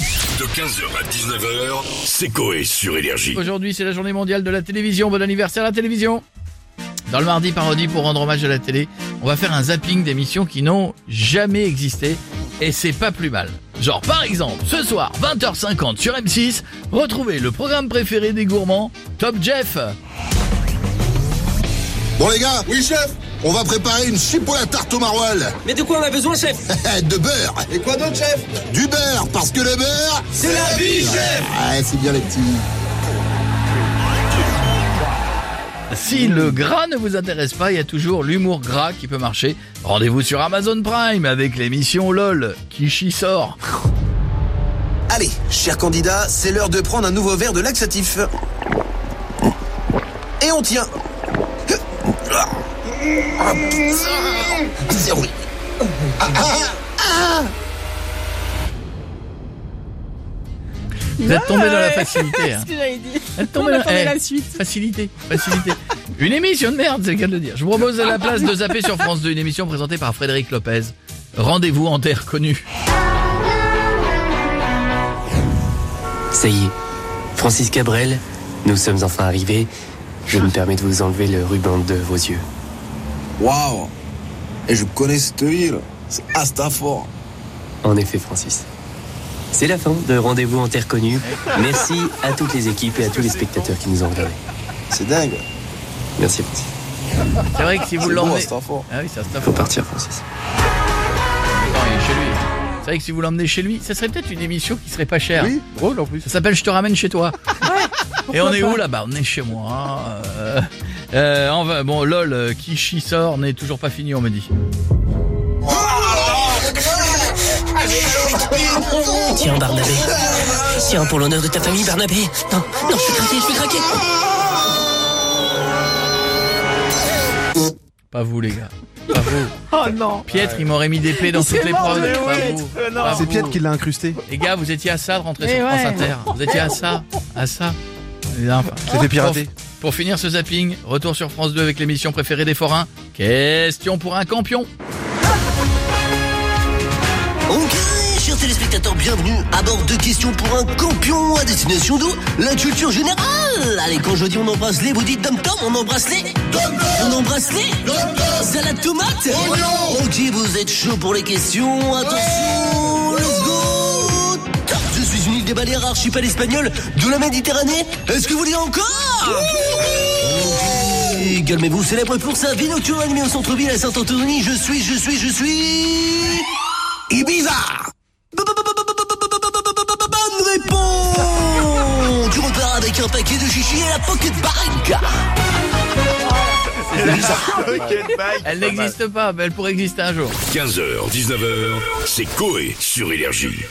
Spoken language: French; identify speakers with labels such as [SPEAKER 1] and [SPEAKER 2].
[SPEAKER 1] De 15h à 19h, c'est Coé sur Énergie.
[SPEAKER 2] Aujourd'hui, c'est la journée mondiale de la télévision. Bon anniversaire à la télévision. Dans le mardi parodie pour rendre hommage à la télé, on va faire un zapping d'émissions qui n'ont jamais existé et c'est pas plus mal. Genre par exemple, ce soir 20h50 sur M6, retrouvez le programme préféré des gourmands, Top Jeff.
[SPEAKER 3] Bon les gars Oui chef On va préparer une chipolata tarte au maroilles Eh,
[SPEAKER 4] Mais de quoi on a besoin, chef
[SPEAKER 3] De beurre
[SPEAKER 5] Et quoi d'autre, chef
[SPEAKER 3] Du beurre Parce que le beurre
[SPEAKER 5] C'est la vie, chef
[SPEAKER 3] Ouais c'est bien les petits
[SPEAKER 2] Si le gras ne vous intéresse pas, il y a toujours l'humour gras qui peut marcher. Rendez-vous sur Amazon Prime avec l'émission LOL qui chie sort.
[SPEAKER 5] Allez, cher candidat, c'est l'heure de prendre un nouveau verre de laxatif. Et on tient. Mm. C'est roulé.
[SPEAKER 2] Vous êtes tombé dans la facilité. hein.
[SPEAKER 6] ce que j'avais dit.
[SPEAKER 2] Elle tombe
[SPEAKER 6] On
[SPEAKER 2] à la-
[SPEAKER 6] attendait
[SPEAKER 2] eh,
[SPEAKER 6] la suite.
[SPEAKER 2] Facilité, facilité. une émission de merde, c'est le cas de le dire. Je vous propose à la place de zapper sur France 2, une émission présentée par Frédéric Lopez. Rendez-vous en terre connue.
[SPEAKER 7] Ça y est, Francis Cabrel, nous sommes enfin arrivés. Je me permets de vous enlever le ruban de vos yeux.
[SPEAKER 5] Waouh Et je connais cette ville. C'est Astafort.
[SPEAKER 7] En effet, Francis. C'est la fin de Rendez-vous en Terre Connue. Merci à toutes les équipes et à tous les spectateurs qui nous ont regardés.
[SPEAKER 5] C'est dingue.
[SPEAKER 7] Merci, Francis.
[SPEAKER 2] C'est vrai que si vous
[SPEAKER 5] C'est beau,
[SPEAKER 2] l'emmenez.
[SPEAKER 5] Astafort.
[SPEAKER 2] Ah oui, c'est un staff.
[SPEAKER 7] Faut partir, Francis.
[SPEAKER 2] Attends, il est chez lui. C'est vrai que si vous l'emmenez chez lui, ça serait peut-être une émission qui serait pas chère.
[SPEAKER 3] Oui, drôle en plus
[SPEAKER 2] Ça s'appelle Je te ramène chez toi. Et on est où là-bas On est chez moi. Euh, euh, on va- bon, lol, euh, qui chie sort n'est toujours pas fini, on me dit.
[SPEAKER 7] Tiens, Barnabé. Tiens, pour l'honneur de ta famille, Barnabé. Non, non, je suis craqué, je suis craqué.
[SPEAKER 2] Pas vous, les gars. Pas vous.
[SPEAKER 6] Oh non.
[SPEAKER 2] Piètre, il m'aurait mis des P dans
[SPEAKER 6] Il
[SPEAKER 2] toutes
[SPEAKER 6] s'est
[SPEAKER 2] les
[SPEAKER 6] mort
[SPEAKER 2] prods.
[SPEAKER 6] de
[SPEAKER 2] Pas
[SPEAKER 6] honte.
[SPEAKER 2] vous.
[SPEAKER 6] Euh, non.
[SPEAKER 2] Pas Ah,
[SPEAKER 8] C'est
[SPEAKER 2] vous.
[SPEAKER 8] Piette qui l'a incrusté.
[SPEAKER 2] Les gars, vous étiez à ça de rentrer
[SPEAKER 6] Mais
[SPEAKER 2] sur France
[SPEAKER 6] ouais.
[SPEAKER 2] Inter. Vous étiez à ça, à ça. Et enfin,
[SPEAKER 8] C'était piraté.
[SPEAKER 2] Pour, pour finir ce zapping, retour sur France 2 avec l'émission préférée des forains. Question pour un campion.
[SPEAKER 9] Ok, chers téléspectateurs, bienvenue à bord de questions pour un campion à destination de la culture générale. Allez, quand je dis on embrasse les, vous dites dom tom, on embrasse les, on embrasse les, salade tomate, Ok, vous êtes chaud pour les questions, attention, let's go. Top, Je suis une île des Baléares, archipel espagnol de la Méditerranée. Est-ce que vous voulez encore Ok, Calmez-vous, célèbre pour sa vie nocturne animée au centre-ville à Saint-Anthony. Je suis, je suis, je suis... Ibiza Bonne réponse Tu repars avec un paquet de chichis et la pocket bag
[SPEAKER 2] Elle n'existe pas, mais elle pourrait exister un jour.
[SPEAKER 1] 15h, 19h, c'est Coé sur Énergie.